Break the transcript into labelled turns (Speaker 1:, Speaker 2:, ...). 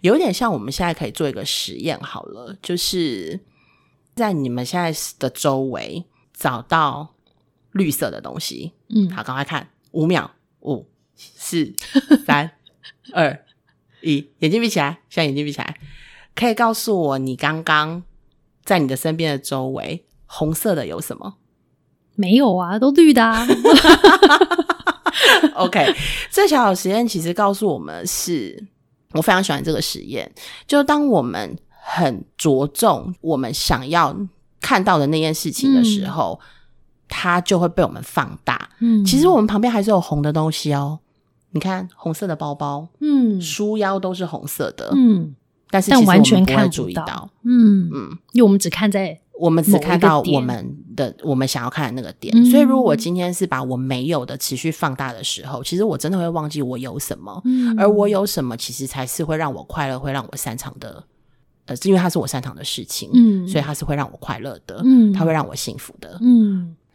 Speaker 1: 有点像我们现在可以做一个实验好了，就是在你们现在的周围找到绿色的东西。
Speaker 2: 嗯，
Speaker 1: 好，赶快看，五秒，五、四、三、 二、一，眼睛闭起来，现在眼睛闭起来，可以告诉我你刚刚在你的身边的周围红色的有什么？
Speaker 2: 没有啊，都绿的啊。
Speaker 1: OK，这 小小实验其实告诉我们是，我非常喜欢这个实验。就当我们很着重我们想要看到的那件事情的时候，它就会被我们放大。
Speaker 2: 嗯，
Speaker 1: 其实我们旁边还是有红的东西哦，你看红色的包包、
Speaker 2: 嗯
Speaker 1: 书腰都是红色的，
Speaker 2: 嗯，
Speaker 1: 但是其
Speaker 2: 但
Speaker 1: 实
Speaker 2: 完
Speaker 1: 我
Speaker 2: 全
Speaker 1: 们不会
Speaker 2: 看不
Speaker 1: 注意
Speaker 2: 到
Speaker 1: 到，
Speaker 2: 嗯
Speaker 1: 嗯。
Speaker 2: 因为我们只看在
Speaker 1: 我们只看到
Speaker 2: 某一个点
Speaker 1: 我们的我们想要看的那个点，
Speaker 2: 嗯
Speaker 1: 所以如果我今天是把我没有的持续放大的时候，其实我真的会忘记我有什么，
Speaker 2: 嗯
Speaker 1: 而我有什么其实才是会让我快乐，会让我擅长的，呃，因为它是我擅长的事情，
Speaker 2: 嗯，
Speaker 1: 所以它是会让我快乐的，
Speaker 2: 嗯，
Speaker 1: 它会让我幸福的。
Speaker 2: 嗯